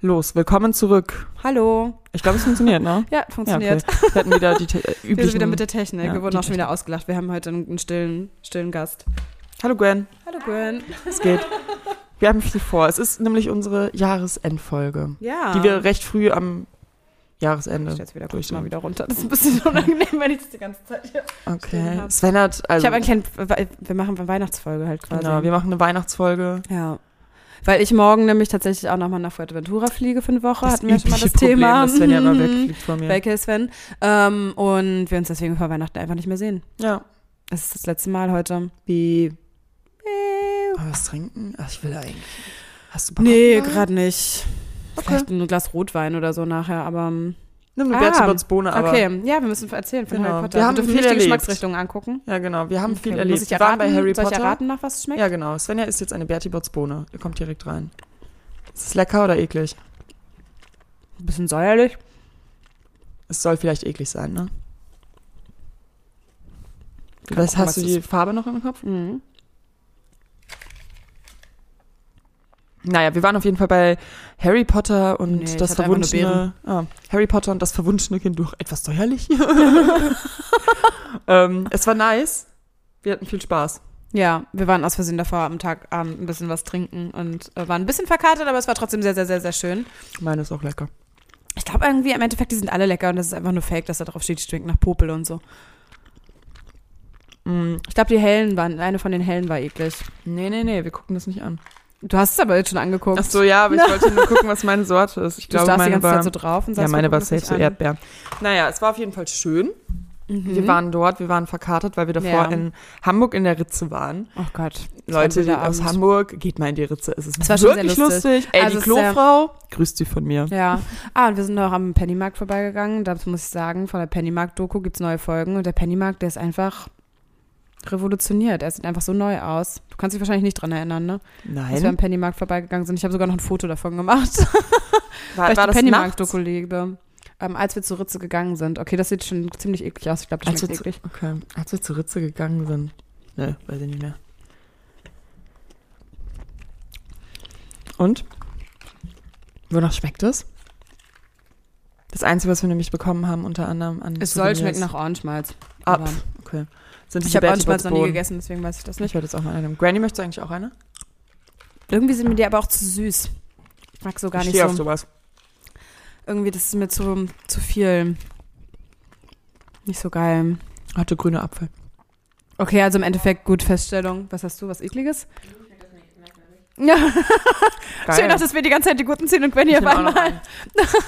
Los, willkommen zurück. Hallo. Ich glaube, es funktioniert, ne? Ja, funktioniert. Ja, okay. Wir hatten wieder die te- äh, Wir üblichen. sind wieder mit der Technik. ja, Wir die wurden auch schon wieder ausgelacht. Wir haben heute einen stillen, stillen Gast. Hallo Gwen, Hallo Gwen. es geht. Wir haben viel vor. Es ist nämlich unsere Jahresendfolge, Ja. die wir recht früh am ich stelle Jahresende. jetzt wieder kurz durchnehmen. mal wieder runter. Das ist ein bisschen unangenehm, wenn ich das die ganze Zeit hier. Okay. haben. Sven hat also. ich habe einen kleinen. Wir machen eine Weihnachtsfolge halt quasi. genau, wir machen eine Weihnachtsfolge. ja. Weil ich morgen nämlich tatsächlich auch nochmal nach Fuerteventura fliege für eine Woche. Hatten wir schon mal übliche das Thema. Problem, dass Sven ja immer Mhm. wegfliegt von mir. Weg ist Sven. Ähm, und wir uns deswegen vor Weihnachten einfach nicht mehr sehen. Ja. Oh. Es ist das letzte Mal heute. Wie? Äh, Aber was trinken? Ach, ich will eigentlich. Hast du Bock? Nee, auf- gerade nicht. Okay. Vielleicht ein Glas Rotwein oder so nachher, aber. ähm, Nimm eine Ah. Bärzubertsbohne, aber. okay, ja, wir müssen erzählen von Genau. Harry Potter. Wir haben dürfen viel nicht die erlebt. Geschmacksrichtungen angucken. Ja, genau. Wir haben viel Okay, erlebt. Muss ich wir erraten, waren bei Harry soll ich Potter. erraten, nach was es schmeckt? Ja, genau. Svenja ist jetzt eine Bertibotsbohne. Ihr kommt direkt rein. Ist es lecker oder eklig? Ein bisschen säuerlich. Es soll vielleicht eklig sein, ne? Kann Was, hast gucken, was du Genau. es die Farbe noch im Kopf? Mhm. Naja, wir waren auf jeden Fall bei Harry Potter und Nee, ich das hatte einfach nur verwunschene. Ah, Harry Potter und das verwunschene Kind durch etwas säuerlich. ähm, es war nice. Wir hatten viel Spaß. Ja, wir waren aus Versehen davor am Tag Abend ein bisschen was trinken und äh, waren ein bisschen verkatert, aber es war trotzdem sehr, sehr, sehr, sehr schön. Meine ist auch lecker. Ich glaube irgendwie im Endeffekt, die sind alle lecker und das ist einfach nur Fake, dass da drauf steht, die stinken nach Popel und so. Mm, Ich glaube, die hellen waren, eine von den hellen war eklig. nee, nee, nee, wir gucken das nicht an. Du hast es aber jetzt schon angeguckt. Ach so, ja, aber ich wollte nur gucken, was meine Sorte ist. Ich du glaube, starrst die meine ganze war, Zeit so drauf und ja, sagst, meine wir war gucken das safe so nicht an. Erdbeeren. Naja, es war auf jeden Fall schön. Mhm. Wir waren dort, wir waren verkatert, weil wir davor Ja. in Hamburg in der Ritze waren. Oh Gott. Das war ein Leute die wilder aus Abend. Hamburg, geht mal in die Ritze. Es ist Es war schon wirklich sehr lustig. lustig. Ey, Also die es ist sehr- Klofrau, grüßt sie von mir. Ja. Ah, und wir sind noch am Pennymarkt vorbeigegangen. Da muss ich sagen, von der Pennymarkt-Doku gibt's neue Folgen. Und der Pennymarkt, der ist einfach revolutioniert. Er sieht einfach so neu aus. Du kannst dich wahrscheinlich nicht dran erinnern, ne? Dass wir am Nein. Pennymarkt vorbeigegangen sind. Ich habe sogar noch ein Foto davon gemacht, War, weil ich war die das Pennymarkt-Doku liebe. Ähm, als wir zur Ritze gegangen sind. Okay, das sieht schon ziemlich eklig aus. Ich glaube, das Als wir, schmeckt zu, eklig. okay. Als wir zur Ritze gegangen sind. Ne, weiß ich nicht mehr. Und? Wonach schmeckt es? Das Einzige, was wir nämlich bekommen haben, unter anderem an Es soll Souvenirs. schmecken nach Orangemalz. Ah, aber- pf, okay. Sind Ich diese habe Orangemalz noch nie Bertibotsbohnen. gegessen, deswegen weiß ich das nicht. Ich werde jetzt auch mal eine. Granny, möchtest du eigentlich auch eine? Irgendwie sind mir die aber auch zu süß. Ich mag so gar ich nicht stehe so. auf sowas. Irgendwie, das ist mir zu, zu viel. Nicht so geil. Hatte grüne Apfel. Okay, also im Endeffekt gut Feststellung. Was hast du, was ekliges? Ja, schön auch, dass wir die ganze Zeit die guten ziehen und Gwen hier auf einmal.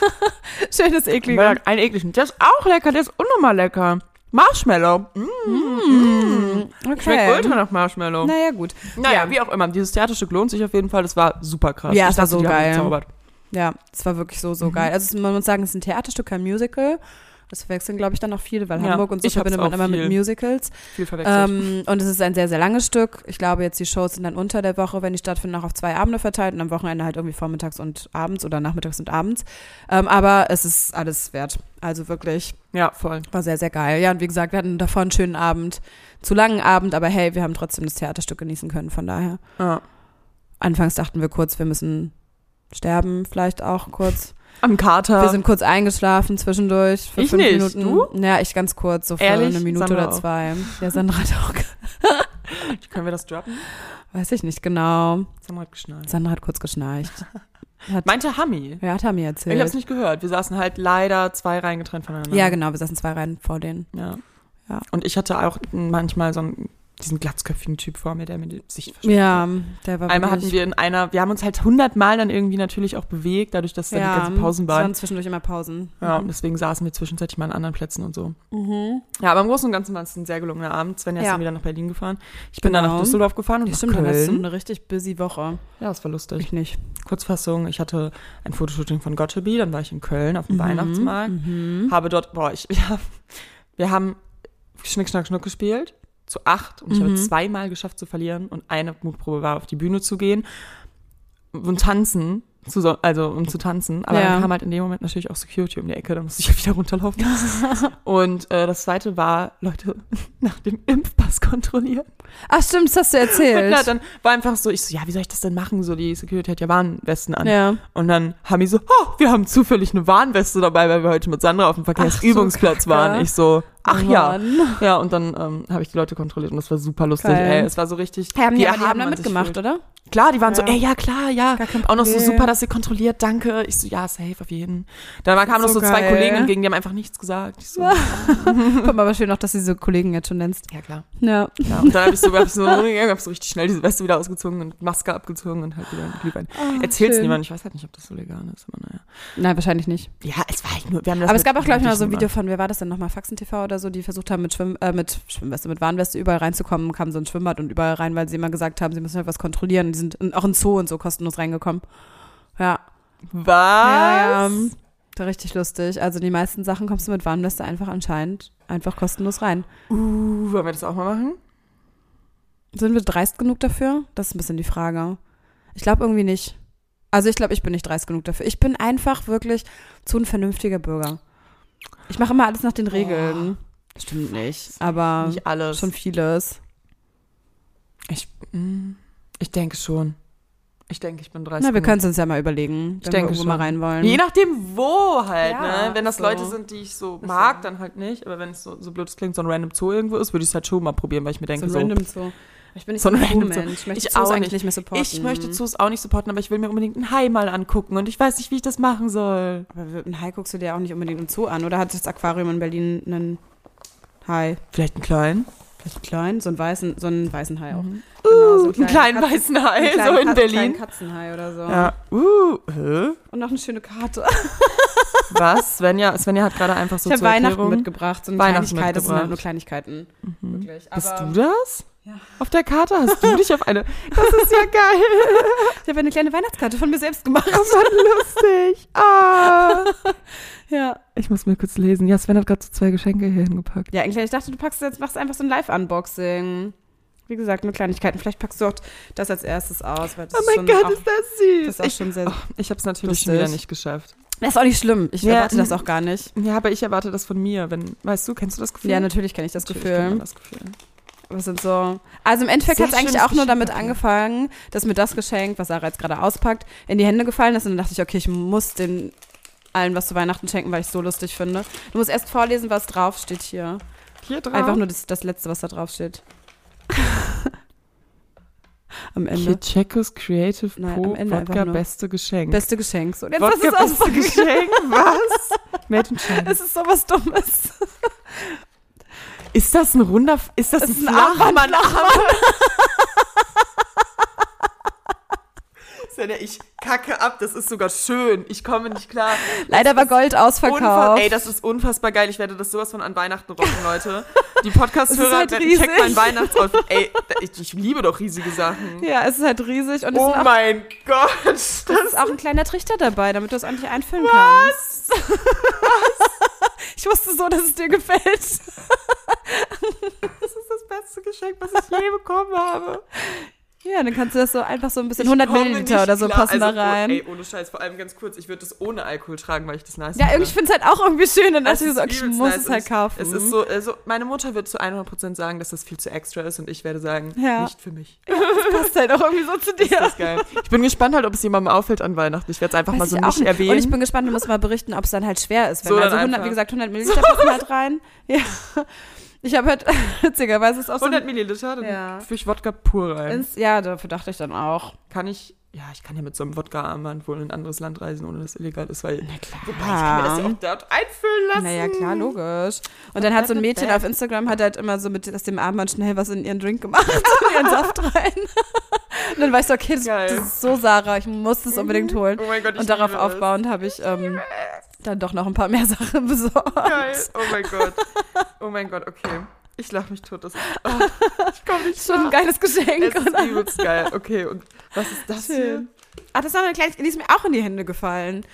Schönes ekliges. Merk, einen ekligen. Der ist auch lecker, der ist unnormal lecker. Marshmallow. Mm. Mm, okay. Schmeckt ultra nach Marshmallow. Naja, gut. Naja, Ja. wie auch immer. Dieses Theaterstück lohnt sich auf jeden Fall. Das war super krass. Ja, ich es war dachte, so die haben geil. gezaubert. Ja, es war wirklich so, so Mhm. geil. Also es- man muss sagen, es ist ein Theaterstück, kein Musical. Das verwechseln, glaube ich, dann auch viele, weil Ja, Hamburg und so ich hab's verbindet man auch immer viel mit Musicals. Viel verwechselt. Ähm, und es ist ein sehr, sehr langes Stück. Ich glaube, jetzt die Shows sind dann unter der Woche, wenn die stattfinden, auch auf zwei Abende verteilt und am Wochenende halt irgendwie vormittags und abends oder nachmittags und abends. Ähm, aber es ist alles wert. Also wirklich, ja, voll. war sehr, sehr geil. Ja, und wie gesagt, wir hatten davor einen schönen Abend, zu langen Abend, aber hey, wir haben trotzdem das Theaterstück genießen können, von daher. Ja. Anfangs dachten wir kurz, wir müssen sterben, vielleicht auch kurz. Am Kater. Wir sind kurz eingeschlafen zwischendurch für Ich fünf nicht, Minuten. du? Ja, ich ganz kurz, so für Ehrlich? eine Minute Sandra oder auch. zwei. Ja, Sandra hat auch Können wir das droppen? Weiß ich nicht genau. Das haben wir halt geschnallt. Sandra hat kurz geschnarcht. Hat, Meinte Hami. ja, hat er mir Ich hab's erzählt. nicht gehört. Wir saßen halt leider zwei Reihen getrennt voneinander. Ja, genau, wir saßen zwei Reihen vor denen. Ja. Ja. Und ich hatte auch manchmal so einen, diesen glatzköpfigen Typ vor mir, der mir die Sicht verschwindet. Ja, der war Einmal hatten wirklich, wir in einer, wir haben uns halt hundertmal dann irgendwie natürlich auch bewegt, dadurch, dass da die ja, ganzen Pausen es waren waren. zwischendurch immer Pausen. Ja, und Mhm. deswegen saßen wir zwischenzeitlich mal an anderen Plätzen und so. Ja, aber im Großen und Ganzen war es ein sehr gelungener Abend. Svenja ist Ja. dann wieder nach Berlin gefahren. Ich bin dann Genau. nach Düsseldorf gefahren und Ja, nach Stimmt, dann hast du Köln. eine richtig busy Woche. Ja, das war lustig. Ich nicht. Kurzfassung, ich hatte ein Fotoshooting von Gotteby, dann war ich in Köln auf dem Mhm, Weihnachtsmarkt. Mhm. Habe dort, boah, ich, ja, wir haben Schnick, Schnack, Schnuck gespielt, zu acht. Und ich habe Mhm. zweimal geschafft zu verlieren. Und eine Mutprobe war, auf die Bühne zu gehen und tanzen. zu, so- also um zu tanzen. Aber Ja. dann kam halt in dem Moment natürlich auch Security um die Ecke, da musste ich ja wieder runterlaufen. Und äh, das zweite war, Leute nach dem Impfpass kontrollieren. Ach stimmt, das hast du Und erzählt. ja, dann war einfach so, ich so, ja, wie soll ich das denn machen? So, die Security hat ja Warnwesten an. ja. Und dann haben die so, oh, wir haben zufällig eine Warnweste dabei, weil wir heute mit Sandra auf dem Ach, Verkehrsübungsplatz so Kacke. waren. Ich so, ach ja. Mann. Ja, und dann ähm, habe ich die Leute kontrolliert und das war super lustig. Ey, Geil. es war so richtig. Ja, haben die, wie aber die haben erhaben da man sich mitgemacht, oder? fühlt. Klar, die waren so, Ja. ey, ja, klar, ja. Gar kein Auch noch so Problem. super, dass ihr kontrolliert, danke. Ich so, ja, safe auf jeden. Dann kamen noch So so zwei geil. Kollegen entgegen, die haben einfach nichts gesagt. Ich so, Ja. Guck mal, aber schön auch, dass du diese Kollegen jetzt schon nennst. ja, klar. Ja. Ja, und dann habe ich so, hab ich so rumgegangen, habe so richtig schnell diese Weste wieder ausgezogen und Maske abgezogen und halt wieder ein Glühwein. Erzähl's Ah, schön. niemandem, ich weiß halt nicht, ob das so legal ist, aber naja. Nein, wahrscheinlich nicht. Ja, es war halt nur, wir haben das aber es mit- gab auch, glaube ich, mit mal so ein diesem- Video von, wer war das denn nochmal? Faxen TV oder so, die versucht haben, mit, Schwimm, äh, mit Schwimmweste, mit Warnweste überall reinzukommen, kam so ein Schwimmbad und überall rein, weil sie immer gesagt haben, sie müssen halt was kontrollieren. Die sind in, auch in Zoo und so kostenlos reingekommen. Ja. Was? Ja, ja. Da richtig lustig. Also die meisten Sachen kommst du mit Warnweste einfach anscheinend einfach kostenlos rein. Uh, wollen wir das auch mal machen? Sind wir dreist genug dafür? Das ist ein bisschen die Frage. Ich glaube irgendwie nicht. Also ich glaube, ich bin nicht dreist genug dafür. Ich bin einfach wirklich zu ein vernünftiger Bürger. Ich mache immer alles nach den Regeln. Stimmt nicht. Aber Nicht alles. schon vieles. Mm, Ich denke schon. Ich denke, ich bin 30. Na, wir können es uns ja mal überlegen, wenn denke wir irgendwo schon. mal rein wollen. Je nachdem, wo halt, Ja, ne? Wenn das so. Leute sind, die ich so so. mag, dann halt nicht. Aber wenn es so, so blöd es klingt, so ein random Zoo irgendwo ist, würde ich es halt schon mal probieren, weil ich mir denke, so so. ein random Zoo. Ich bin nicht So so ein ein random random Mensch. Ich möchte Ich Zoos auch eigentlich nicht. nicht mehr supporten. ich möchte Zoos auch nicht supporten, aber ich will mir unbedingt ein Hai mal angucken und ich weiß nicht, wie ich das machen soll. Aber wir- ein Hai guckst du dir auch nicht unbedingt im Zoo an. Oder hat das Aquarium in Berlin einen Hai? Vielleicht einen kleinen? Vielleicht einen kleinen? So einen weißen, so einen weißen Hai auch. Genau, so so einen kleinen weißen Hai, Einen so kleinen in Kat- Berlin. kleinen Katzenhai oder so. Ja, uh, hä? Und noch eine schöne Karte. Was? Svenja, Svenja hat gerade einfach so ich habe zur Weihnachten Erklärung. mitgebracht. So eine Weihnachten Kleinigkeit, das sind mitgebracht. halt nur Kleinigkeiten. Wirklich. Bist Aber du das? Ja. Auf der Karte hast du dich auf eine. Das ist ja geil. ich habe eine kleine Weihnachtskarte von mir selbst gemacht. Das war lustig. Ah. ja. Ich muss mir kurz lesen. Ja, Sven hat gerade so zwei Geschenke hier hingepackt. Ja, eigentlich, ich dachte, du packst jetzt, machst einfach so ein Live-Unboxing. Wie gesagt, nur Kleinigkeiten. Vielleicht packst du auch das als erstes aus, weil das Oh ist mein schon Gott, auch, ist das süß. das Oh. ist auch Ich, schon sehr. ich habe es natürlich schon Lustig. wieder nicht geschafft. Das ist auch nicht schlimm. Ich Ja, erwarte das mm. auch gar nicht. Ja, aber ich erwarte das von mir. Wenn, weißt du, kennst du das Gefühl? Ja, natürlich kenne ich das Mhm. Natürlich kennt man Gefühl. Das Gefühl. Was sind so. Also im Endeffekt Sehr hat es eigentlich schönes auch nur Geschenk, damit ja. angefangen, dass mir das Geschenk, was Sarah jetzt gerade auspackt, in die Hände gefallen ist. Und dann dachte ich, okay, ich muss den allen was zu Weihnachten schenken, weil ich es so lustig finde. Du musst erst vorlesen, was draufsteht hier. Hier drauf. Einfach nur das, das Letzte, was da draufsteht. am Ende. Kitschekos Creative Nein, Pro am Ende einfach Wodka nur. Beste Geschenk. Beste Geschenk. So, und jetzt lass Wodka es Beste auspacken. Geschenk? Was? Mädchen Das ist sowas Dummes. Ist das ein runder, ist das, ist ein, ein Flachmann? Svenja, ich kacke ab, das ist sogar schön. Ich komme nicht klar. Leider war Gold Unfa- ausverkauft. Ey, das ist unfassbar geil. Ich werde das sowas von an Weihnachten rocken, Leute. Die Es ist Podcast-Hörer halt werden check riesig. mein Weihnachtsoutfit. Ey, ich, ich liebe doch riesige Sachen. ja, es ist halt riesig und es Oh sind auch mein Gott. Das Es ist auch ein kleiner Trichter dabei, damit du es ordentlich einfüllen kannst. Was? Ich wusste so, dass es dir gefällt. ist das beste Geschenk, was ich je bekommen habe. Ja, dann kannst du das so einfach so ein bisschen Ich 100 komme nicht Milliliter oder so klar. passen Also, da oh, rein. Ey, ohne Scheiß, vor allem ganz kurz. Ich würde das ohne Alkohol tragen, weil ich das nice ja, finde. irgendwie, ich finde es halt auch irgendwie schön. Dann dachte ich ist so, okay, ich übelst muss nice es halt und kaufen. Es ist so, also meine Mutter wird zu 100% sagen, dass das viel zu extra ist und ich werde sagen, Ja. nicht für mich. das passt halt auch irgendwie so zu dir. Das ist geil. Ich bin gespannt halt, ob es jemandem auffällt an Weihnachten. Ich werde es einfach mal Weiß so ich nicht, auch nicht. Und ich erwähnen. bin gespannt, du musst mal berichten, ob es dann halt schwer ist. Wenn So, dann also 100, einfach. wie gesagt, 100 Milliliter passen halt rein. Ja. Ich habe halt, witzigerweise ist auch so. 100 Milliliter, dann Ja. fülle ich Wodka pur rein. Ins, ja, dafür dachte ich dann auch. kann ich, ja, ich kann ja mit so einem Wodka-Armband wohl in ein anderes Land reisen, ohne dass es illegal ist, weil Na klar. wobei, ich kann mir das ja auch dort einfüllen lassen. Naja, klar, logisch. Und dann hat so ein Mädchen auf Instagram hat halt immer so mit aus dem Armband schnell was in ihren Drink gemacht, in ihren Saft rein. Und dann war ich so, okay, das, Geil. das ist so Sarah, ich muss das unbedingt holen. Oh mein Gott, ich Und darauf liebe das. aufbauend habe ich ähm, dann doch noch ein paar mehr Sachen besorgt. Geil. Oh mein Gott. Oh mein Gott, okay. Ich lache mich tot. Das oh, ich komme nicht Schon ein klar. geiles Geschenk. Es ist oder? übelst geil. Okay, und was ist das Schön. Ach, Ah, das war eine kleine, die ist mir auch in die Hände gefallen.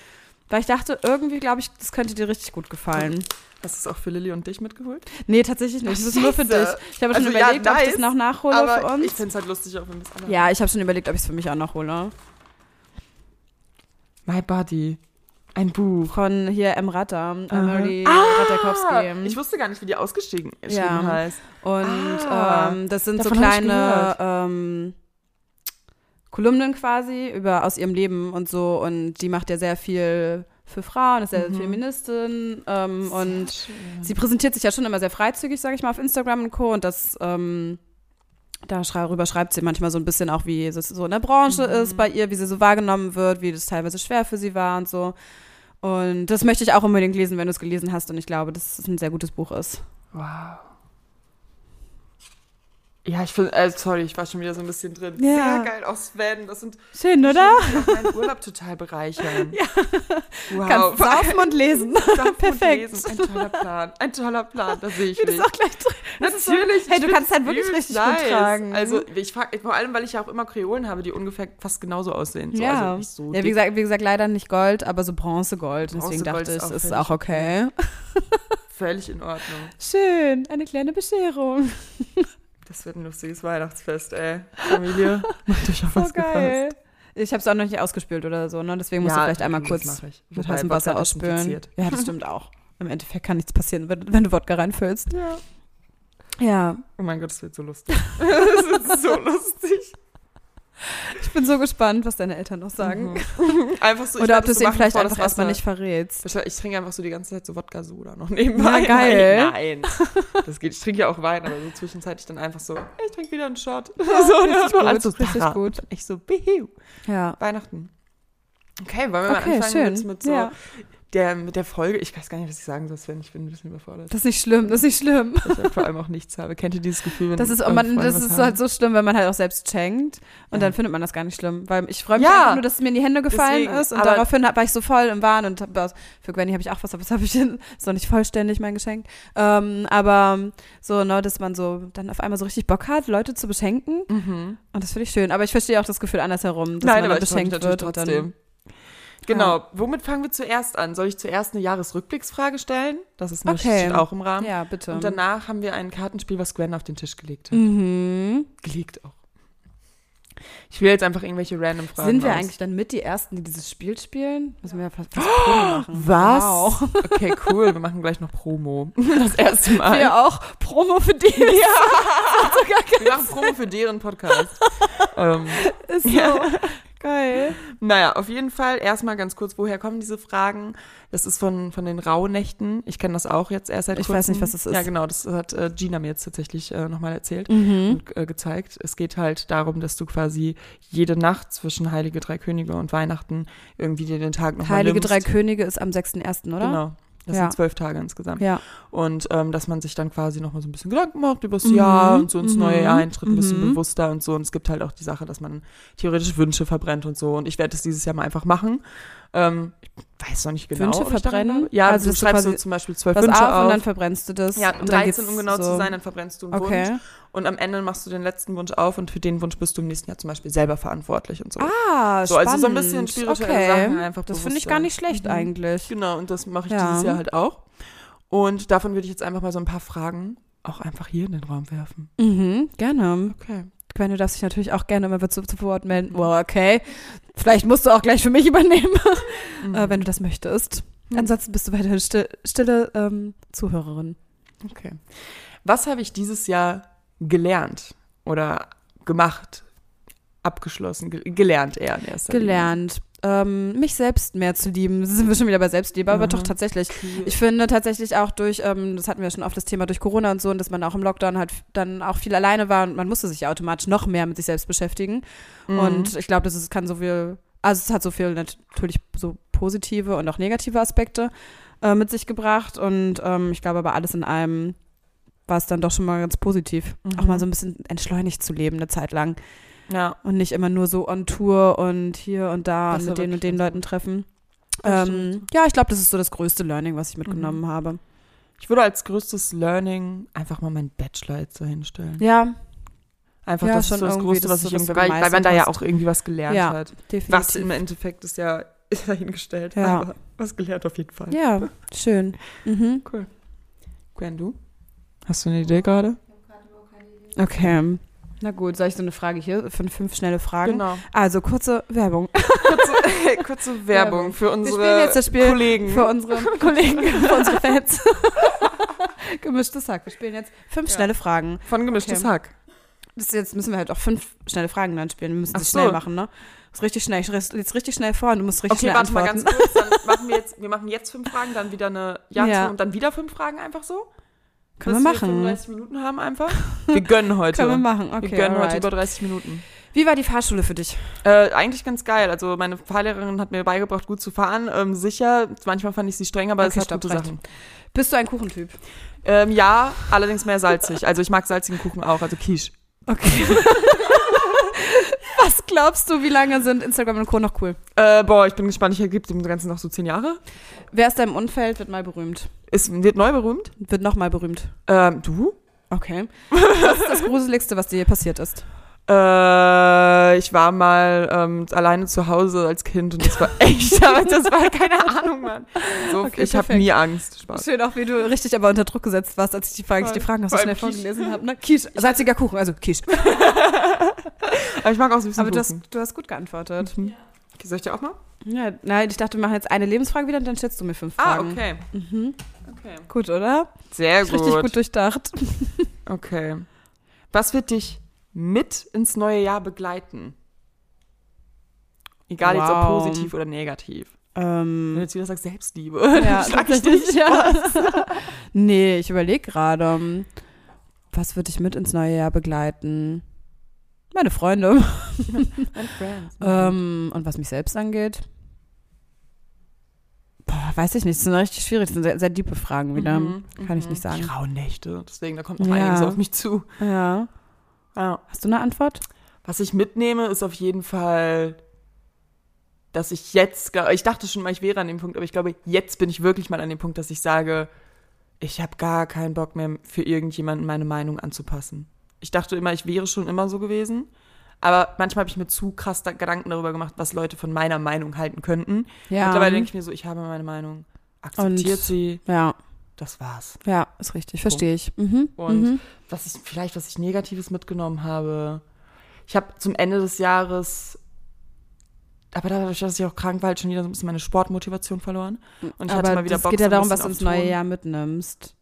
Weil ich dachte, irgendwie glaube ich, das könnte dir richtig gut gefallen. hier? Hast du es auch für Lilly und dich mitgeholt? Nee, tatsächlich nicht. Das ist nur für dich. Scheiße. Ich habe schon Also, ja, überlegt, ob ich das nice, noch nachhole für Aber uns. ich finde es halt lustig, auch wenn wir es alle Ja, ich habe schon überlegt, ob ich es für mich auch noch hole. My Body. Ein Buch. Von hier Emrata, Emily Ah, Ratajkowski. ich wusste gar nicht, wie die ausgestiegen Ja. ja. heißt. Und Ah, ähm, das sind so davon hab ich kleine gehört. ähm, Kolumnen quasi über aus ihrem Leben und so. Und die macht ja sehr viel für Frauen, ist sehr Mhm. Feministin ähm, und sie präsentiert sich ja schon immer sehr freizügig, sage ich mal, auf Instagram und Co. Und das ähm, darüber schreibt sie manchmal so ein bisschen auch, wie es so in der Branche Mhm. ist bei ihr, wie sie so wahrgenommen wird, wie das teilweise schwer für sie war und so. Und das möchte ich auch unbedingt lesen, wenn du es gelesen hast. Und ich glaube, dass es ein sehr gutes Buch ist. Wow. Ja, ich finde, äh, sorry, ich war schon wieder so ein bisschen drin. Ja. Sehr geil, auch Sven, das sind Schön, oder? Dinge, die auch meinen Urlaub total bereichern. Ja. Wow. Kannst saufen und lesen. Saufen und Perfekt. Lesen. Ein toller Plan, ein toller Plan, das sehe ich Wie das mich. auch gleich drin. das ist so- Natürlich. Hey, ich du find's kannst halt wirklich übelst richtig gut tragen. Also, ich frage, vor allem, weil ich ja auch immer Kreolen habe, die ungefähr fast genauso aussehen. So, Ja. Also nicht so Ja, wie dick. gesagt, wie gesagt, leider nicht Gold, aber so Bronzegold. Deswegen Bronzegold dachte ich, ist auch es ist völlig auch okay. Völlig in Ordnung. Schön, eine kleine Bescherung. Das wird ein lustiges Weihnachtsfest, ey. Familie, macht euch auf So was gefasst. geil. Ich habe es auch noch nicht ausgespült oder so, ne? Deswegen musst Ja, du vielleicht einmal das kurz mach ich. mit Wobei heißem Wodka Wasser ausspülen. desinfiziert. Ja, das stimmt auch. Im Endeffekt kann nichts passieren, wenn, wenn du Wodka reinfüllst. Ja. Ja, Oh mein Gott, das wird so lustig. das wird so lustig. ich bin so gespannt, was deine Eltern noch sagen. Einfach so, Mhm. ich werd Oder ob du das es so ihnen machen, vielleicht bevor das einfach erstmal Wasser- nicht verrätst. Ich trinke einfach so die ganze Zeit so Wodka-Soda noch nebenbei. Ja, geil. Nein, nein. Das geht. Ich trinke ja auch Wein, aber so zwischenzeitlich dann einfach so, ich trinke wieder einen Shot. so, ne? richtig Und alle gut, richtig Tara. gut. Und Ich so, bihiu. Ja. Weihnachten. Okay, wollen wir mal Okay, anfangen schön. Mit, mit, so ja. der, mit der Folge? Ich weiß gar nicht, was ich sagen soll, Sven. Ich bin ein bisschen überfordert. Das ist nicht schlimm, das ist nicht schlimm. Dass ich halt vor allem auch nichts habe. Kennt ihr dieses Gefühl, wenn Das ist, eure und man, Freunde das was ist haben? halt so schlimm, wenn man halt auch selbst schenkt. Und Ja. dann findet man das gar nicht schlimm. Weil ich freue mich Ja. einfach nur, dass es mir in die Hände gefallen Deswegen, ist. Und aber- daraufhin hab- war ich so voll im Wahn. Und hab, was- für Gwenny habe ich auch was, aber das habe ich denn, ist noch nicht vollständig, mein Geschenk. Ähm, aber so, ne, dass man so dann auf einmal so richtig Bock hat, Leute zu beschenken. Mhm. Und das finde ich schön. Aber ich verstehe auch das Gefühl andersherum, dass Nein, man aber dann ich freue mich beschenkt natürlich wird. Und dann, trotzdem. Genau. Womit fangen wir zuerst an? Soll ich zuerst eine Jahresrückblicksfrage stellen? Das ist nämlich- Okay. steht auch im Rahmen. ja, bitte. Und danach haben wir ein Kartenspiel, was Gwen auf den Tisch gelegt hat. mhm. Gelegt auch. Ich will jetzt einfach irgendwelche random Fragen. Sind wir aus. eigentlich dann mit die Ersten, die dieses Spiel spielen? Müssen wir ja fast, fast Probe machen. Was? Wow. Okay, cool. Wir machen gleich noch Promo. Das erste Mal. Wir auch Promo für die. Ja. Wir machen Promo für deren Podcast. ähm, Ist so geil. naja, auf jeden Fall erstmal ganz kurz, woher kommen diese Fragen? Das ist von, von den Rauhnächten. Ich kenne das auch jetzt erst seit Ich kurzem. weiß nicht, was das ist. Ja, genau. Das hat äh, Gina mir jetzt tatsächlich äh, nochmal erzählt. Mhm. und äh, gezeigt. Es geht halt darum, dass du quasi jede Nacht zwischen Heilige Drei Könige und Weihnachten irgendwie dir den Tag nochmal Heilige nimmst. Drei Könige ist am 6.1., oder? Genau. Das Ja. sind zwölf Tage insgesamt. Ja. Und ähm, dass man sich dann quasi nochmal so ein bisschen Gedanken macht über das Mhm. Jahr und so ins neue Mhm. Jahr eintritt, ein bisschen Mhm. bewusster und so. Und es gibt halt auch die Sache, dass man theoretisch Wünsche verbrennt und so. Und ich werde das dieses Jahr mal einfach machen. Ähm, ich weiß noch nicht genau. Wünsche ob ich daran verbrennen? bleibe. Ja, Also, also du dass du schreibst so quasi zum Beispiel zwölf Was Wünsche auf, auf. und dann verbrennst du das. ja, und dann 13, um geht's genau so. zu sein, dann verbrennst du einen Wunsch. Okay. Und am Ende machst du den letzten Wunsch auf und für den Wunsch bist du im nächsten Jahr zum Beispiel selber verantwortlich und so. Ah, So, spannend. also so ein bisschen spirituelle okay. Sachen halt. einfach Das finde ich bewusster. gar nicht schlecht eigentlich. Genau, und das mache ich Ja. dieses Jahr halt auch. Und davon würde ich jetzt einfach mal so ein paar Fragen auch einfach hier in den Raum werfen. Mhm, gerne. Okay. Gwen, du darfst dich natürlich auch gerne immer wieder zu, zu Wort melden. Wow, okay. Vielleicht musst du auch gleich für mich übernehmen, äh, wenn du das möchtest. Mhm. Ansonsten bist du weiterhin still, stille ähm, Zuhörerin. Okay. Was habe ich dieses Jahr gelernt oder gemacht? Abgeschlossen, ge gelernt eher in erster gelernt, ähm, mich selbst mehr zu lieben. Sind wir schon wieder bei Selbstliebe, aber Mhm. doch tatsächlich. Linie. Ich finde tatsächlich auch durch, ähm, das hatten wir schon oft das Thema durch Corona und so, und dass man auch im Lockdown halt dann auch viel alleine war und man musste sich ja automatisch noch mehr mit sich selbst beschäftigen. Mhm. Und ich glaube, das ist, kann so viel, also es hat so viel nat- natürlich so positive und auch negative Aspekte äh, mit sich gebracht. Und ähm, ich glaube aber alles in allem war es dann doch schon mal ganz positiv, auch Mhm. mal so ein bisschen entschleunigt zu leben eine Zeit lang. ja, Und nicht immer nur so on Tour und hier und da Das und ist mit ja den und wirklich den ganz Leuten treffen. Das Ähm, stimmt. Mhm. ja, ich glaube, das ist so das größte Learning, was ich mitgenommen habe. ich würde als größtes Learning einfach mal meinen Bachelor jetzt so hinstellen. Ja, Einfach Ja, das schon ist so das irgendwie, Größte, dass was du ich das irgendwie, weil, weil man gemeistert da ja hast. auch irgendwie was gelernt Ja, hat. Was definitiv. im Endeffekt ist ja ist dahingestellt, Ja. aber was gelernt auf jeden Fall. Ja, schön. Mhm. Gwen, du? Hast du eine Idee gerade? Okay. Na gut, soll ich so eine Frage hier? Fünf, fünf schnelle Fragen. Genau. Also kurze Werbung. Kurze, kurze Werbung für Wir unsere spielen jetzt das Spiel Kollegen. für unsere Kollegen, für unsere Fans. Gemischtes Hack. Wir spielen jetzt fünf schnelle Fragen. Von gemischtes Okay. Hack. Das ist jetzt müssen wir halt auch fünf schnelle Fragen dann spielen. Wir müssen Ach es so. schnell machen, ne? Das ist richtig schnell. Ich lese jetzt richtig schnell vor und du musst richtig Okay, schnell warte mal antworten. ganz kurz. Dann machen wir, jetzt, wir machen jetzt fünf Fragen, dann wieder eine Ja, Ja. zu und dann wieder fünf Fragen einfach so. Dass Können wir Wir machen. 35 Minuten haben einfach. Wir gönnen heute. Können wir machen. Okay, wir gönnen heute alright. über 30 Minuten. Wie war die Fahrschule für dich? Äh, eigentlich ganz geil. Also meine Fahrlehrerin hat mir beigebracht, gut zu fahren. Ähm, sicher, manchmal fand ich sie streng, aber Okay, es hat stopp, gute reicht. Sachen. Bist du ein Kuchentyp? Ähm, ja, allerdings mehr salzig. Also ich mag salzigen Kuchen auch, also Quiche. Okay. Was glaubst du, wie lange sind Instagram und Co. noch cool? Äh, boah, ich bin gespannt. Ich gebe dem Ganzen noch so zehn Jahre. Wer aus deinem Umfeld wird mal berühmt? Es wird neu berühmt. Wird nochmal berühmt. Ähm, du? Okay. Was ist das Gruseligste, was dir je passiert ist? Äh, ich war mal ähm, alleine zu Hause als Kind und das war echt, aber das war keine Ahnung, Mann. So, Okay, ich habe perfekt. nie Angst. Spaß. Schön auch, wie du richtig aber unter Druck gesetzt warst, als ich die, Frage, ich die Voll. Fragen noch so Vor schnell allem Quiche. vorgelesen habe. Ne? Quiche. Salziger Kuchen, also Quiche. Aber ich mag auch süßen Aber du hast, Kuchen. du hast gut geantwortet. Mhm. Okay, soll ich dir auch mal? Mhm. Ja, nein, ich dachte, wir machen jetzt eine Lebensfrage wieder und dann stellst du mir fünf Ah, Fragen. okay. Mhm. okay. Gut, oder? Sehr Ist Richtig gut durchdacht. Okay. Was wird dich mit ins neue Jahr begleiten? Egal jetzt ob Wow. positiv oder negativ. Wenn du Ähm, jetzt wieder sagst Selbstliebe, ja, dann schlag ich tatsächlich, dich. ja. nee, ich überlege gerade, ähm, was würde ich mit ins neue Jahr begleiten? Meine Freunde. Ähm, und was mich selbst angeht, boah, weiß ich nicht. Das sind richtig schwierig. Das sind sehr, sehr diepe Fragen wieder. Mhm, Kann ich mhm. nicht sagen. Graunächte, deswegen, da kommt noch noch Ja. einiges einiges auf auf mich zu. Ja. Hast du eine Antwort? Was ich mitnehme, ist auf jeden Fall, dass ich jetzt, glaub- ich dachte schon mal, ich wäre an dem Punkt, aber ich glaube, jetzt bin ich wirklich mal an dem Punkt, dass ich sage, ich habe gar keinen Bock mehr, für irgendjemanden meine Meinung anzupassen. Ich dachte immer, ich wäre schon immer so gewesen. Aber manchmal habe ich mir zu krass da Gedanken darüber gemacht, was Leute von meiner Meinung halten könnten. Ja. Mittlerweile denke ich mir so, ich habe meine Meinung, akzeptiert Und- sie, Ja, das war's. ja, ist richtig. Verstehe ich. Mhm. Und mhm. was ich vielleicht, was ich Negatives mitgenommen habe. Ich habe zum Ende des Jahres, aber dadurch, dass ich auch krank war, halt schon wieder so ein bisschen meine Sportmotivation verloren. Und ich Aber hatte mal wieder es Bock, geht so ja ein darum, bisschen was du ins auf neue Touren. Jahr mitnimmst.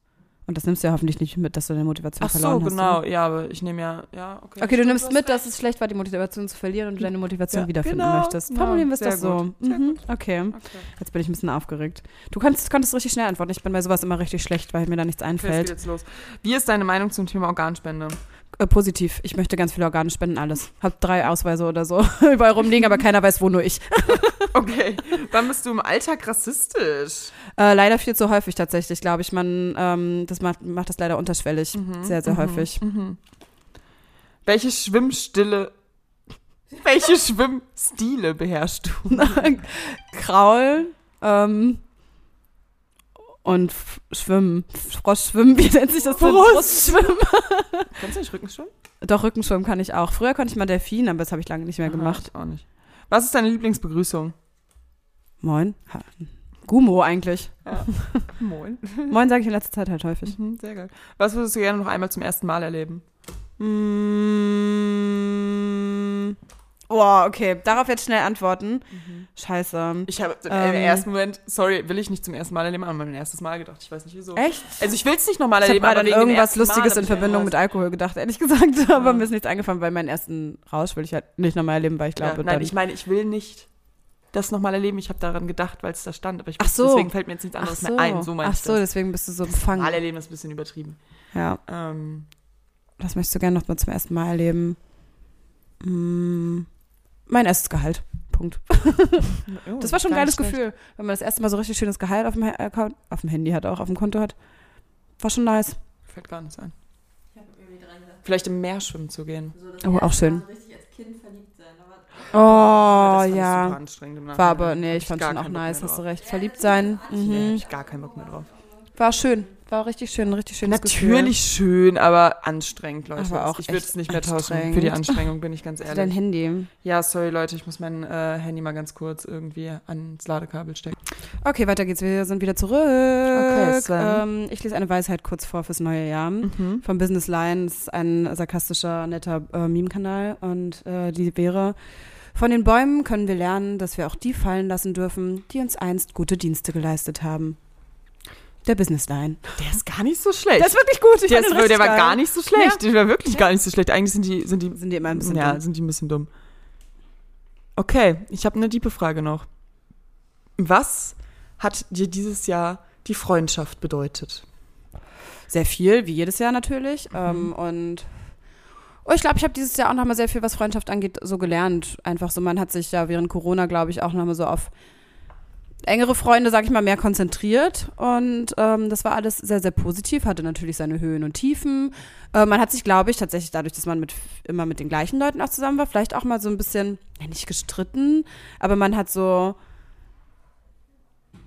Und das nimmst du ja hoffentlich nicht mit, dass du deine Motivation Ach so, verloren hast. genau. ne? Ja, aber ich nehme ja, ja, okay. Okay, du Stimmt, nimmst hast mit, recht. dass es schlecht war, die Motivation zu verlieren und du deine Motivation Ja, wiederfinden genau, möchtest. genau. Formulieren wir es Sehr doch so. gut, sehr Mhm. Okay. Okay. Jetzt bin ich ein bisschen aufgeregt. Du kannst, konntest richtig schnell antworten. Ich bin bei sowas immer richtig schlecht, weil mir da nichts Okay, es geht einfällt. jetzt los. Wie ist deine Meinung zum Thema Organspende? Äh, positiv. Ich möchte ganz viele Organe spenden, alles. Hab drei Ausweise oder so überall rumliegen, aber keiner weiß, wo, nur ich. Okay. Wann bist du im Alltag rassistisch? Äh, leider viel zu häufig tatsächlich, glaube ich. Man, ähm, das macht, macht das leider unterschwellig. Sehr, sehr häufig. Welche Schwimmstille, welche Schwimmstile beherrschst du? Kraulen ähm, und F- Schwimmen. Froschschwimmen, wie nennt sich das denn? Brustschwimmen. Kannst du nicht Rückenschwimmen? Doch, Rückenschwimmen kann ich auch. Früher konnte ich mal Delfin, aber das habe ich lange nicht mehr gemacht. Auch nicht. Was ist deine Lieblingsbegrüßung? Moin. Ha. Gumo eigentlich. Moin. Moin sage ich in letzter Zeit halt häufig. Mhm, sehr geil. Was würdest du gerne noch einmal zum ersten Mal erleben? Mm. Boah, okay. Darauf jetzt schnell antworten. Scheiße. Mhm. Ich habe äh, Ähm. im ersten Moment, sorry, will ich nicht zum ersten Mal erleben, aber mein erstes Mal gedacht. Ich weiß nicht wieso. Echt? Also ich will es nicht nochmal Ich habe erleben, aber gerade an wegen dem irgendwas ersten Mal Lustiges hab in ich mir Verbindung mit irgendwas- Alkohol gedacht, ehrlich gesagt. Aber mir ist nichts eingefallen, weil meinen ersten Rausch will ich halt nicht nochmal erleben, weil ich glaube, ja, dann. Nein, ich meine, ich will nicht das nochmal erleben. Ich habe daran gedacht, weil es da stand. Aber ich Ach so. deswegen fällt mir jetzt nichts anderes mehr ein. So meine Ach ich so, das. deswegen bist du so Mal befangen. erleben ist ein bisschen übertrieben. Ja, Ähm, das möchtest du gerne nochmal zum ersten Mal erleben. Mm, mein erstes Gehalt. Punkt. Das war schon ein Oh, gar nicht geiles schlecht. Gefühl, wenn man das erste Mal so richtig schönes Gehalt auf dem, Ha- Account, auf dem Handy hat, auch auf dem Konto hat. War schon nice. Fällt gar nichts ein. Vielleicht im Meer schwimmen zu gehen. Oh, auch schön. Oh, das fand ich super ja. anstrengend im War Nachhinein. aber, Hab nee, ich ich fand gar schon auch keinen Bock nice, mehr hast drauf. du recht. Verliebt sein. Nee, hab Mhm. ich gar keinen Bock mehr drauf. War schön. War auch richtig schön, ein richtig schönes Natürlich schön, aber anstrengend, Leute. Aber auch ich würde echt es nicht mehr tauschen. anstrengend. Für die Anstrengung bin ich ganz Gefühl. Dein ehrlich. Handy. Ja, sorry, Leute, ich muss mein äh, Handy mal ganz kurz irgendwie ans Ladekabel stecken. Okay, weiter geht's. Wir sind wieder zurück. Okay, Sven. ähm, ich lese eine Weisheit kurz vor fürs neue Jahr. Mhm. Vom Business Lines, ein sarkastischer, netter äh, Meme-Kanal. Und äh, die wäre: Von den Bäumen können wir lernen, dass wir auch die fallen lassen dürfen, die uns einst gute Dienste geleistet haben. Der Business Line. Der ist gar nicht so schlecht. Der ist wirklich gut. Ich der, fand ist, den der richtig war geil. gar nicht so schlecht. Der war wirklich gar nicht so schlecht. Eigentlich sind die, sind die, Sind die immer ein bisschen ja, dumm. sind die ein bisschen dumm. Okay, ich habe eine tiefe Frage noch. Was hat dir dieses Jahr die Freundschaft bedeutet? Sehr viel, wie jedes Jahr Mhm. natürlich. Ähm, und oh, ich glaube, ich habe dieses Jahr auch nochmal sehr viel, was Freundschaft angeht, so gelernt. Einfach so, man hat sich ja während Corona, glaube ich, auch nochmal so auf engere Freunde, sag ich mal, mehr konzentriert. Und ähm, das war alles sehr, sehr positiv, hatte natürlich seine Höhen und Tiefen. Äh, man hat sich, glaube ich, tatsächlich dadurch, dass man mit, immer mit den gleichen Leuten auch zusammen war, vielleicht auch mal so ein bisschen, ja, nicht gestritten, aber man hat so.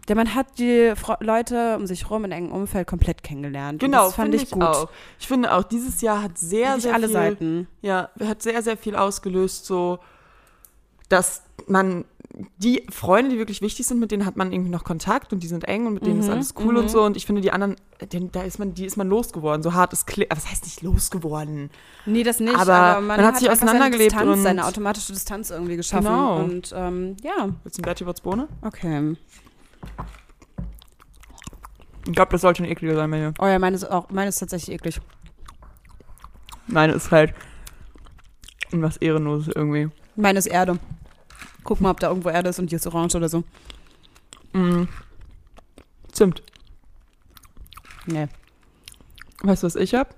Ja, man hat die Fro Leute um sich rum in engem Umfeld komplett kennengelernt. Und das fand Genau, finde Genau, ich gut. Auch. Ich finde auch, dieses Jahr hat sehr, Wirklich sehr alle viel, Seiten. Ja, hat sehr, sehr viel ausgelöst, so dass man die Freunde, die wirklich wichtig sind, mit denen hat man irgendwie noch Kontakt und die sind eng und mit denen ist alles cool und so. Und ich finde, die anderen, den, da ist man, die ist man losgeworden. So hart ist klingt. Was heißt nicht losgeworden? Nee, das nicht, Aber aber, man man, hat sich einfach auseinandergelebt seine, Distanz, und- seine automatische Distanz irgendwie geschaffen. Genau. Und ähm, ja, Willst du ein Bertibotsbohne? okay. Ich glaube, das soll schon ekliger sein, Melio. Oh ja, meine ist, auch, meine ist tatsächlich eklig. Nein, ist halt was Ehrenloses irgendwie. Meine ist Erde. Guck mal, ob da irgendwo Erde ist und die ist orange oder so. Mm. Zimt. Nee. Weißt du, was ich hab?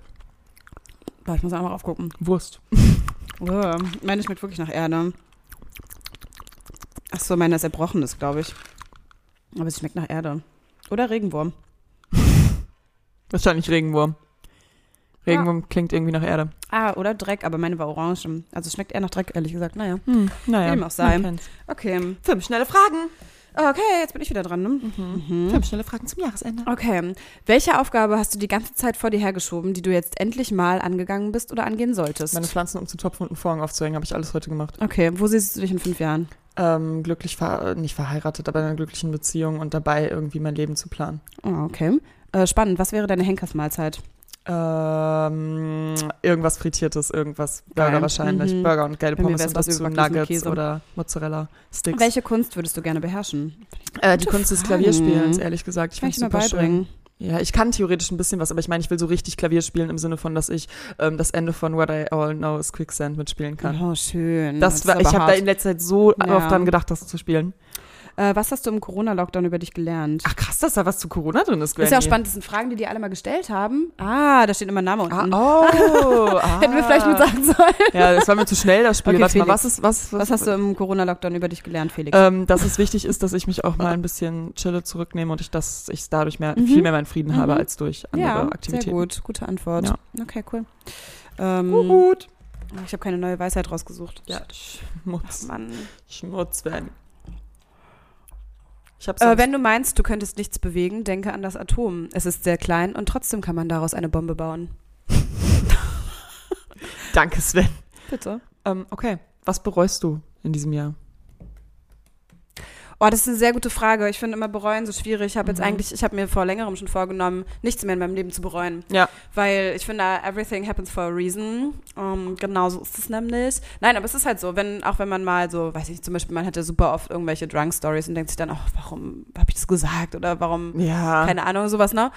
Boah, ich muss einmal aufgucken. Wurst. Uah, Meine schmeckt wirklich nach Erde. Achso, meine ist erbrochen, ist, glaube ich. Aber es schmeckt nach Erde. Oder Regenwurm. Wahrscheinlich Regenwurm. Ja. Regenwurm klingt irgendwie nach Erde. Ah, oder Dreck, aber meine war orange. Also es schmeckt eher nach Dreck, ehrlich gesagt. Naja. Hm, naja. Dem auch Man sein. kennt's. Okay. Fünf schnelle Fragen. Okay, jetzt bin ich wieder dran, ne? Mhm. Fünf schnelle Fragen zum Jahresende. Okay. Welche Aufgabe hast du die ganze Zeit vor dir hergeschoben, die du jetzt endlich mal angegangen bist oder angehen solltest? Meine Pflanzen umzutopfen und einen Vorhang aufzuhängen, habe ich alles heute gemacht. okay, wo siehst du dich in fünf Jahren? Ähm, glücklich, ver nicht verheiratet, aber in einer glücklichen Beziehung und dabei irgendwie mein Leben zu planen. Oh, okay. Äh, spannend. Was wäre deine Henkersmahlzeit? Ähm, irgendwas Frittiertes, irgendwas Burger Geil. wahrscheinlich. Mhm. Burger und geile Bei mir Pommes wär's und was dazu überbackenes mit Nuggets Käse. oder Mozzarella-Sticks. Welche Kunst würdest du gerne beherrschen? Äh, die Kunst des Fragen. Klavierspielens, ehrlich gesagt. Ich Kann ich find's dir mal super schön. beibringen. Ja, ich kann theoretisch ein bisschen was, aber ich meine, ich will so richtig Klavier spielen im Sinne von, dass ich ähm, das Ende von What I All Know is Quicksand mitspielen kann. Oh, schön. Das ist war, ich aber habe da hart. in letzter Zeit so Ja. oft dran gedacht, das zu spielen. äh, was hast du im Corona-Lockdown über dich gelernt? Ach krass, dass da was zu Corona drin ist, ist ja auch Granny. spannend, das sind Fragen, die die alle mal gestellt haben. Ah, da steht immer Name unten. Ah, oh, ah. Hätten wir vielleicht mit sagen sollen. Ja, das war mir zu schnell, das Spiel. Okay, Warte mal, was Felix. ist, was, was, Was hast du im Corona-Lockdown über dich gelernt, Felix? Ähm, dass es wichtig ist, dass ich mich auch mal ein bisschen chille zurücknehme und ich, dass ich dadurch mehr, viel mehr meinen Frieden habe Mhm. als durch andere Aktivitäten. sehr gut. Gute Antwort. Ja. Okay, cool. Ähm, Gut. Ich habe keine neue Weisheit rausgesucht. Ja, Schmutz. Mann. Schmutz, Sven. Ich hab's Äh, wenn du meinst, du könntest nichts bewegen, denke an das Atom. Es ist sehr klein und trotzdem kann man daraus eine Bombe bauen. Danke, Sven. Bitte. Ähm, okay, was bereust du in diesem Jahr? Oh, das ist eine sehr gute Frage. Ich finde immer bereuen so schwierig. Ich habe Mhm. jetzt eigentlich, ich habe mir vor längerem schon vorgenommen, nichts mehr in meinem Leben zu bereuen. Ja. Weil ich finde, everything happens for a reason. Ähm, genau so ist es nämlich. Nein, aber es ist halt so, wenn, auch wenn man mal so, weiß ich, zum Beispiel, man hat ja super oft irgendwelche Drunk-Stories und denkt sich dann, ach, warum habe ich das gesagt? Oder warum Ja. keine Ahnung, sowas, ne?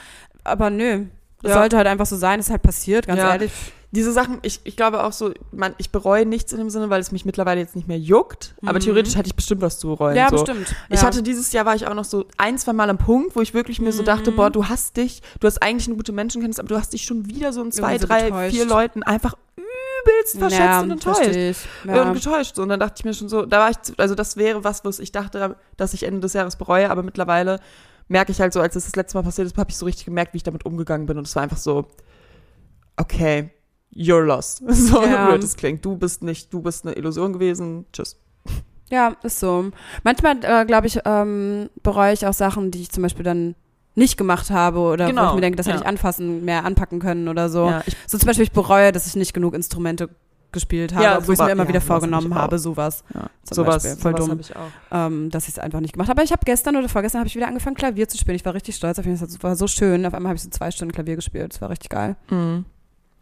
Aber nö. Das Ja. sollte halt einfach so sein, ist halt passiert, ganz Ja. ehrlich. Diese Sachen, ich, ich glaube auch so, man, ich bereue nichts in dem Sinne, weil es mich mittlerweile jetzt nicht mehr juckt. Aber Mhm. theoretisch hätte ich bestimmt was zu bereuen. Ja, so. bestimmt. Ich ja. hatte dieses Jahr war ich auch noch so ein, zwei Mal am Punkt, wo ich wirklich mir so Mhm. dachte, boah, du hast dich, du hast eigentlich eine gute Menschenkenntnis, aber du hast dich schon wieder so in zwei, Irgendwie so drei, getäuscht. vier Leuten einfach übelst verschätzt ja, und enttäuscht. versteh ich. Und Ja. getäuscht. So, Und dann dachte ich mir schon so, da war ich, zu- also das wäre was, was ich dachte, dass ich Ende des Jahres bereue, aber mittlerweile merke ich halt so, als es das letzte Mal passiert ist, habe ich so richtig gemerkt, wie ich damit umgegangen bin. Und es war einfach so, okay, you're lost. So Ja. blöd es klingt. Du bist nicht, du bist eine Illusion gewesen. Tschüss. ja, ist so. Manchmal, äh, glaube ich, ähm, bereue ich auch Sachen, die ich zum Beispiel dann nicht gemacht habe oder wo Genau, ich mir denke, das hätte ja. ich anfassen, mehr anpacken können oder so. Ja, ich, So zum Beispiel, ich bereue, dass ich nicht genug Instrumente gespielt habe, Ja, obwohl ich es super. mir immer Ja, wieder sowas vorgenommen hab ich auch. habe, sowas. ja, Zum sowas, Beispiel, voll sowas dumm. hab ich auch. Ähm, dass ich es einfach nicht gemacht habe. Aber ich habe gestern oder vorgestern habe ich wieder angefangen, Klavier zu spielen. Ich war richtig stolz auf mich. Das war so schön. Auf einmal habe ich so zwei Stunden Klavier gespielt. Das war richtig geil. Mhm.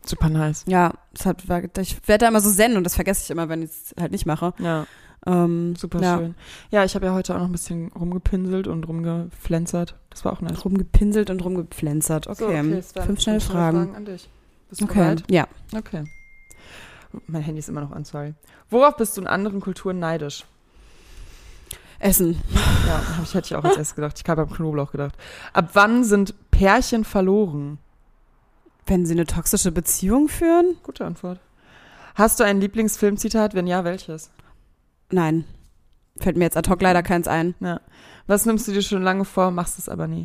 Super nice. Ja, das hat, war, ich werde da immer so zen und das vergesse ich immer, wenn ich es halt nicht mache. Ja. Ähm, Super ja. schön. Ja, ich habe ja heute auch noch ein bisschen rumgepinselt und rumgeflänzert. Das war auch nice. Rumgepinselt und rumgepflänzert. Okay, fünf schnelle Fragen. an dich. Bist du Okay, bereit? ja. Okay. Mein Handy ist immer noch an, sorry. Worauf bist du in anderen Kulturen neidisch? Essen. Ja, hab ich, hätte ich auch als erstes gedacht. Ich habe beim Knoblauch gedacht. Ab wann sind Pärchen verloren? Wenn sie eine toxische Beziehung führen? Gute Antwort. Hast du ein Lieblingsfilmzitat? Wenn ja, welches? Nein. Fällt mir jetzt ad hoc Mhm. leider keins ein. Was nimmst du dir schon lange vor, machst es aber nie?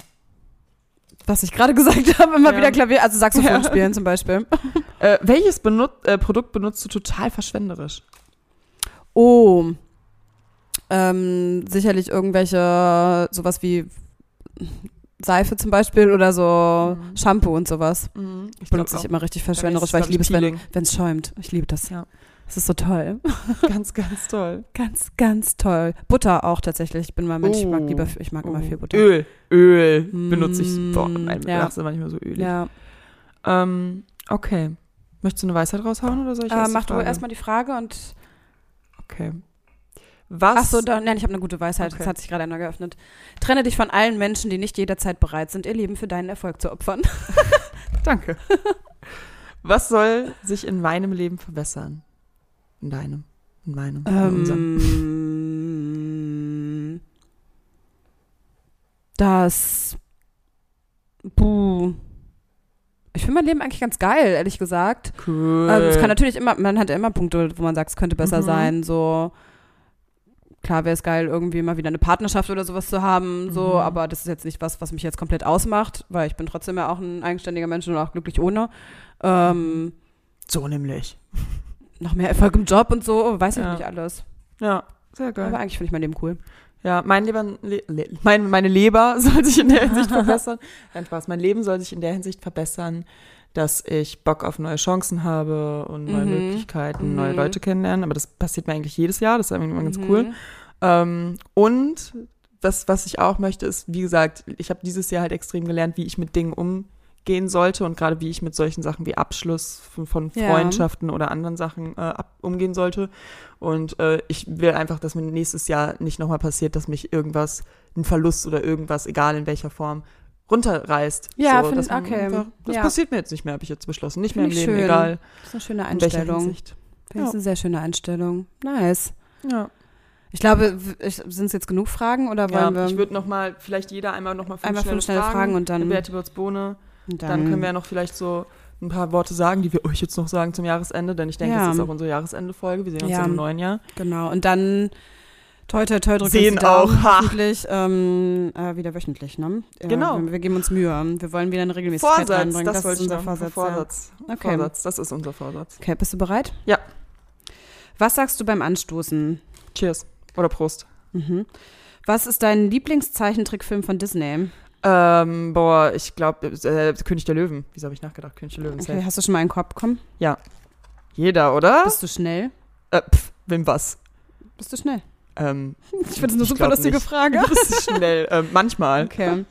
Was ich gerade gesagt habe, immer Ja. wieder Klavier, also Saxophon Ja. spielen zum Beispiel. Äh, welches benut äh, Produkt benutzt du total verschwenderisch? Oh. Ähm, sicherlich irgendwelche, sowas wie Seife zum Beispiel oder so Mhm. Shampoo und sowas. Ich glaub Benutze auch. ich immer richtig Bei mir ist verschwenderisch, weil ich liebe glaub es, wenn Peeling. es schäumt. Ich liebe das. Ja. Das ist so toll. Ganz, ganz toll. Ganz, ganz toll. Butter auch tatsächlich. Ich bin mal Mensch, ich mag Oh. lieber, ich mag immer viel Butter. Öl. Öl Mm, benutze ich. Boah, nein, ja. ja. ist manchmal so ölig. Ja. Ähm, okay. Möchtest du eine Weisheit raushauen oder soll ich Äh, erst mach die du Frage? erstmal die Frage und. Okay. Was? Achso, nein, ich habe eine gute Weisheit. Das Okay. hat sich gerade einer geöffnet. Trenne dich von allen Menschen, die nicht jederzeit bereit sind, ihr Leben für deinen Erfolg zu opfern. danke. Was soll sich in meinem Leben verbessern? In deinem, in meinem, in unserem. Ähm, das. Buh. Ich finde mein Leben eigentlich ganz geil, ehrlich gesagt. Cool. Ähm, es kann natürlich immer, man hat ja immer Punkte, wo man sagt, es könnte besser Äh, Mhm. sein, so. Klar wäre es geil, irgendwie mal wieder eine Partnerschaft oder sowas zu haben, so, Mhm. aber das ist jetzt nicht was, was mich jetzt komplett ausmacht, weil ich bin trotzdem ja auch ein eigenständiger Mensch und auch glücklich ohne. Ähm, so nämlich. noch mehr Erfolg im Job und so, weiß ich Ja. nicht alles. Ja, sehr geil. Aber eigentlich finde ich mein Leben cool. Ja, mein Leber, le, le, mein, meine Leber soll sich in der Hinsicht verbessern. Nein, Spaß. Mein Leben soll sich in der Hinsicht verbessern, dass ich Bock auf neue Chancen habe und neue Mhm. Möglichkeiten, Mhm. neue Leute kennenlernen. Aber das passiert mir eigentlich jedes Jahr. Das ist eigentlich immer ganz cool. Ähm, und das, was ich auch möchte, ist, wie gesagt, ich habe dieses Jahr halt extrem gelernt, wie ich mit Dingen umgehen sollte und gerade wie ich mit solchen Sachen wie Abschluss von, von Ja. Freundschaften oder anderen Sachen äh, ab, umgehen sollte. Und äh, ich will einfach, dass mir nächstes Jahr nicht nochmal passiert, dass mich irgendwas, ein Verlust oder irgendwas, egal in welcher Form, runterreißt. Ja, so, find- dass man okay. Einfach, das Ja. passiert mir jetzt nicht mehr, habe ich jetzt beschlossen. Nicht Find mehr im ich Leben, schön. egal Das ist eine schöne in welcher Einstellung. Hinsicht. Das ist eine sehr schöne Einstellung. Nice. Ja, Ich glaube, sind es jetzt genug Fragen oder wollen ja ich wir würde nochmal, vielleicht jeder einmal nochmal fünf, einmal schnelle, fünf schnelle Fragen, Fragen und dann, Beate Bohne. und Dann können wir ja noch vielleicht so ein paar Worte sagen, die wir euch jetzt noch sagen zum Jahresende, denn ich denke, Ja. das ist auch unsere Jahresende-Folge. Wir sehen uns Ja. im neuen Jahr. Genau, und dann toi toi toi drücken Sehen uns die Daumen, auch, ha. hoffentlich ähm, äh, wieder wöchentlich, ne? Ja, Genau. Wir, wir geben uns Mühe. Wir wollen wieder eine Regelmäßigkeit Vorsatz, reinbringen. das, ist wollte ich unser sagen. Vorsatz. Ja. Vorsatz. Okay. Vorsatz, das ist unser Vorsatz. okay, bist du bereit? Ja. Was sagst du beim Anstoßen? Cheers. Oder Prost. Mhm. Was ist dein Lieblingszeichentrickfilm von Disney? Ähm, boah, ich glaube, äh, König der Löwen. Wieso habe ich nachgedacht? König der Löwen. Okay, safe. hast du schon mal einen Korb bekommen? Jeder, oder? Bist du schnell? Äh, pff, wem was? Bist du schnell? Ähm, Ich finde es eine Ich super glaub lustige nicht. Frage. das ist schnell. Ähm, manchmal. Okay.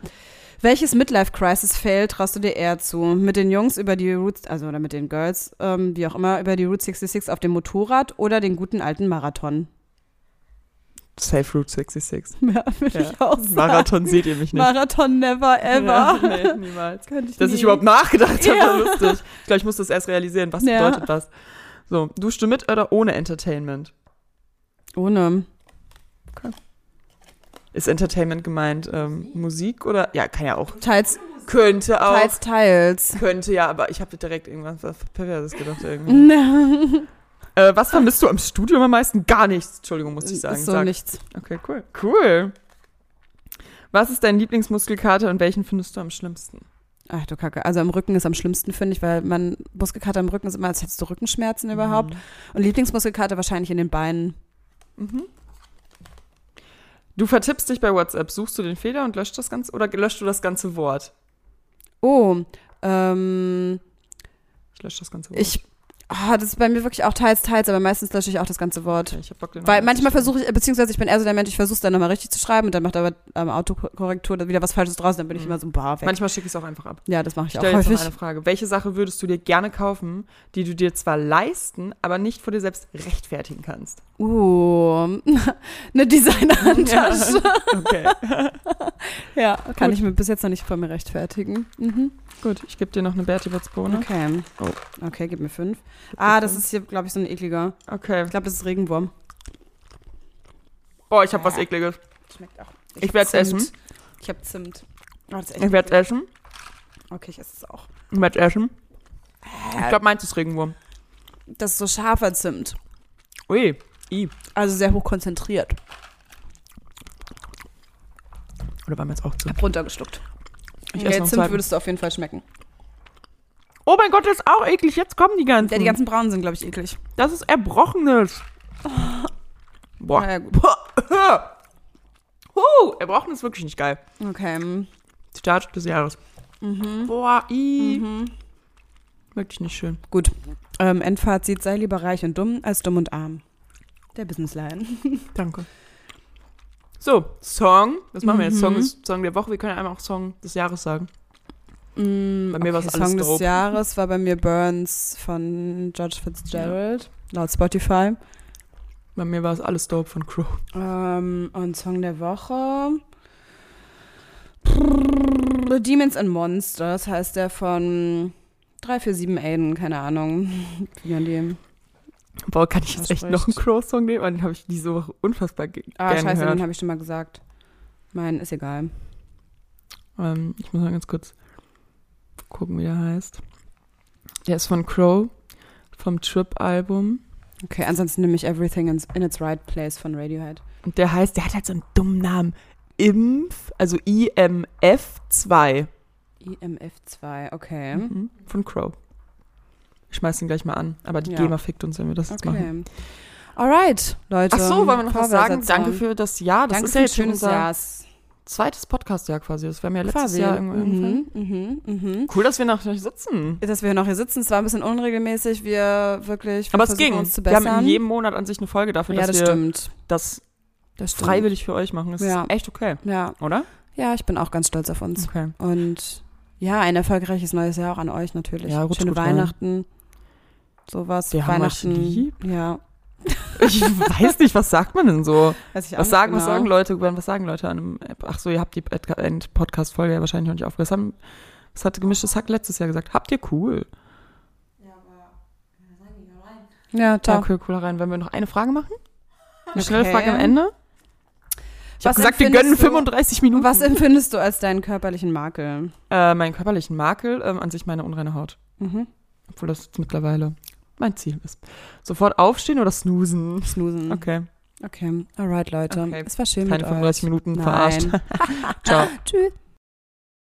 Welches Midlife-Crisis-Fail traust du dir eher zu? Mit den Jungs über die Roots, also oder mit den Girls, ähm, wie auch immer, über die Route 66 auf dem Motorrad oder den guten alten Marathon? Safe Route 66. Ja, würde Ja. ich auch sagen. Marathon seht ihr mich nicht. Marathon never ever. Ja, nee, niemals. Könnte ich Dass nie. ich überhaupt nachgedacht habe, Ja. war lustig. Ich glaube, ich muss das erst realisieren, was Ja. bedeutet was. So, duschst du mit oder ohne Entertainment? Ohne. Ist Entertainment gemeint ähm, Musik oder? Ja, kann ja auch. Teils, Könnte auch. teils, teils. Könnte ja, aber ich habe direkt irgendwas was Perverses gedacht Mhm. irgendwie. Ist äh, was vermisst du am Studium am meisten? Gar nichts. Entschuldigung, muss ich sagen. so Sag. nichts. Okay, cool. Cool. Was ist dein Lieblingsmuskelkater und welchen findest du am schlimmsten? Ach du Kacke. Also am Rücken ist am schlimmsten, finde ich, weil man Muskelkater am Rücken ist immer, als hättest du Rückenschmerzen Mhm. überhaupt. Und Lieblingsmuskelkater wahrscheinlich in den Beinen. Mhm. Du vertippst dich bei WhatsApp. Suchst du den Fehler und löscht das Ganze oder löscht du das ganze Wort? Oh, ähm, Ich lösche das ganze Wort. ich. ah, das ist bei mir wirklich auch teils, teils, aber meistens lösche ich auch das ganze Wort. Ja, ich hab Bock, den Weil nochmal manchmal zu schreiben. versuche ich, beziehungsweise ich bin eher so der Mensch, ich versuche es dann nochmal richtig zu schreiben und dann macht aber ähm, Autokorrektur dann wieder was Falsches draus, dann bin ich immer so, bah, weg. Mhm. Manchmal schicke ich es auch einfach ab. ja, das mache ich Ich auch stelle jetzt noch häufig. eine Frage. Welche Sache würdest du dir gerne kaufen, die du dir zwar leisten, aber nicht vor dir selbst rechtfertigen kannst? Uh, eine Designerhandtasche. Okay. Ja, kann ich mir bis jetzt noch nicht vor mir rechtfertigen. Mhm. Gut, ich gebe dir noch eine Bertie Bots Bohne. Okay. Oh. Okay, gib mir fünf. Ah, das fünf. ist hier, glaube ich, so ein ekliger. Okay. Ich glaube, das ist Regenwurm. Oh, ich habe was Ekliges. Schmeckt auch. Ich Ich werd's hab Zimt. essen. Ich habe Zimt. Oh, Ich werde es essen. Okay, ich esse es auch. Ich werde es essen. Ich glaube, meins ist Regenwurm. Äh, Das ist so scharfer Zimt. Ui. Also sehr hoch konzentriert. Oder war meins auch zu? Hab runtergeschluckt. Ich esse Ich okay, noch einen Zimt zweiten. würdest du auf jeden Fall schmecken. Oh mein Gott, das ist auch eklig. Jetzt kommen die ganzen. Ja, die ganzen braunen sind, glaube ich, eklig. das ist Erbrochenes. Boah. Naja, gut. Huh, Erbrochenes ist wirklich nicht geil. Okay. mm, Zitat des Jahres. Mhm. Boah, i. Mhm. Wirklich nicht schön. Gut. Ähm, Endfazit: sei lieber reich und dumm als dumm und arm. Der Business Lion. Danke. So, Song. Was machen wir jetzt? Mhm. Song ist Song der Woche. Wir können einmal auch Song des Jahres sagen. Mm, Bei mir war's alles Song des dope. Jahres war bei mir Burns von George Fitzgerald, laut Spotify. Bei mir war es alles dope von Crow. Ähm, und Song der Woche. Prrr, Demons and Monsters heißt der von 347 Aiden, keine Ahnung. Wie man die. Boah, kann ich jetzt Das echt reicht. noch einen Crow-Song nehmen? Den habe ich diese Woche unfassbar ge Ah, gern scheiße, den gehört. habe ich schon mal gesagt. Mein ist egal. Ähm, ich muss mal ganz kurz gucken, wie der heißt. Der ist von Crow, vom Trip-Album. Okay, ansonsten nehme ich Everything in, in its Right Place von Radiohead. Und der heißt, der hat halt so einen dummen Namen. Impf, also IMF2 E IMF2, okay. mhm. von Crow. Ich schmeiß den gleich mal an, aber die Ja. GEMA fickt uns, wenn wir das jetzt machen. Okay. Alright, Leute. Ach so, wollen wir noch was sagen? Vorwärts Danke jetzt mal. für das Jahr. Das Danke ist für ja ein jetzt schon schönes unser Jahr. zweites Podcast-Jahr quasi. Das wäre mir letztes Quasi. Jahr irgendwo mhm. Mhm, mhm, mhm. Cool, dass wir noch noch sitzen. Dass wir hier noch hier sitzen, es war ein bisschen unregelmäßig, wir wirklich wir Aber es versuchen ging. uns zu wir bessern. haben in jedem Monat an sich eine Folge dafür, ja, dass das wir stimmt. das das stimmt. freiwillig für euch machen. Das Ja. ist echt okay, Ja. oder? ja, ich bin auch ganz stolz auf uns. Okay. Und ja, ein erfolgreiches neues Jahr auch an euch natürlich. Ja, rutscht Schöne gut rein. Weihnachten, sowas. Wir haben euch Weihnachten. lieb. Ja. Ich weiß nicht, was sagt man denn so? Weiß ich auch Was nicht sagen, was genau. sagen Leute, Gwen, was sagen Leute an einem App? Ach so, ihr habt die Ed- End- Podcast-Folge ja wahrscheinlich noch nicht aufgehört. Das, haben, das hat gemischtes Hack letztes Jahr gesagt. Habt ihr cool? Ja, Da ciao. cool, cool rein. Wollen wir noch eine Frage machen? Eine Okay. schnelle Frage am Ende? Ich habe Was gesagt, wir empfindest gönnen du- 35 Minuten. Was empfindest du als deinen körperlichen Makel? Äh, meinen körperlichen Makel, ähm, an sich meine unreine Haut. Mhm. Obwohl das jetzt mittlerweile mein Ziel ist. Sofort aufstehen oder Mhm. snoosen? Snoosen. Okay, Okay, alright, Leute. Okay. Es war schön keine mit euch. 35 Minuten Nein. verarscht. Ciao. Tschüss.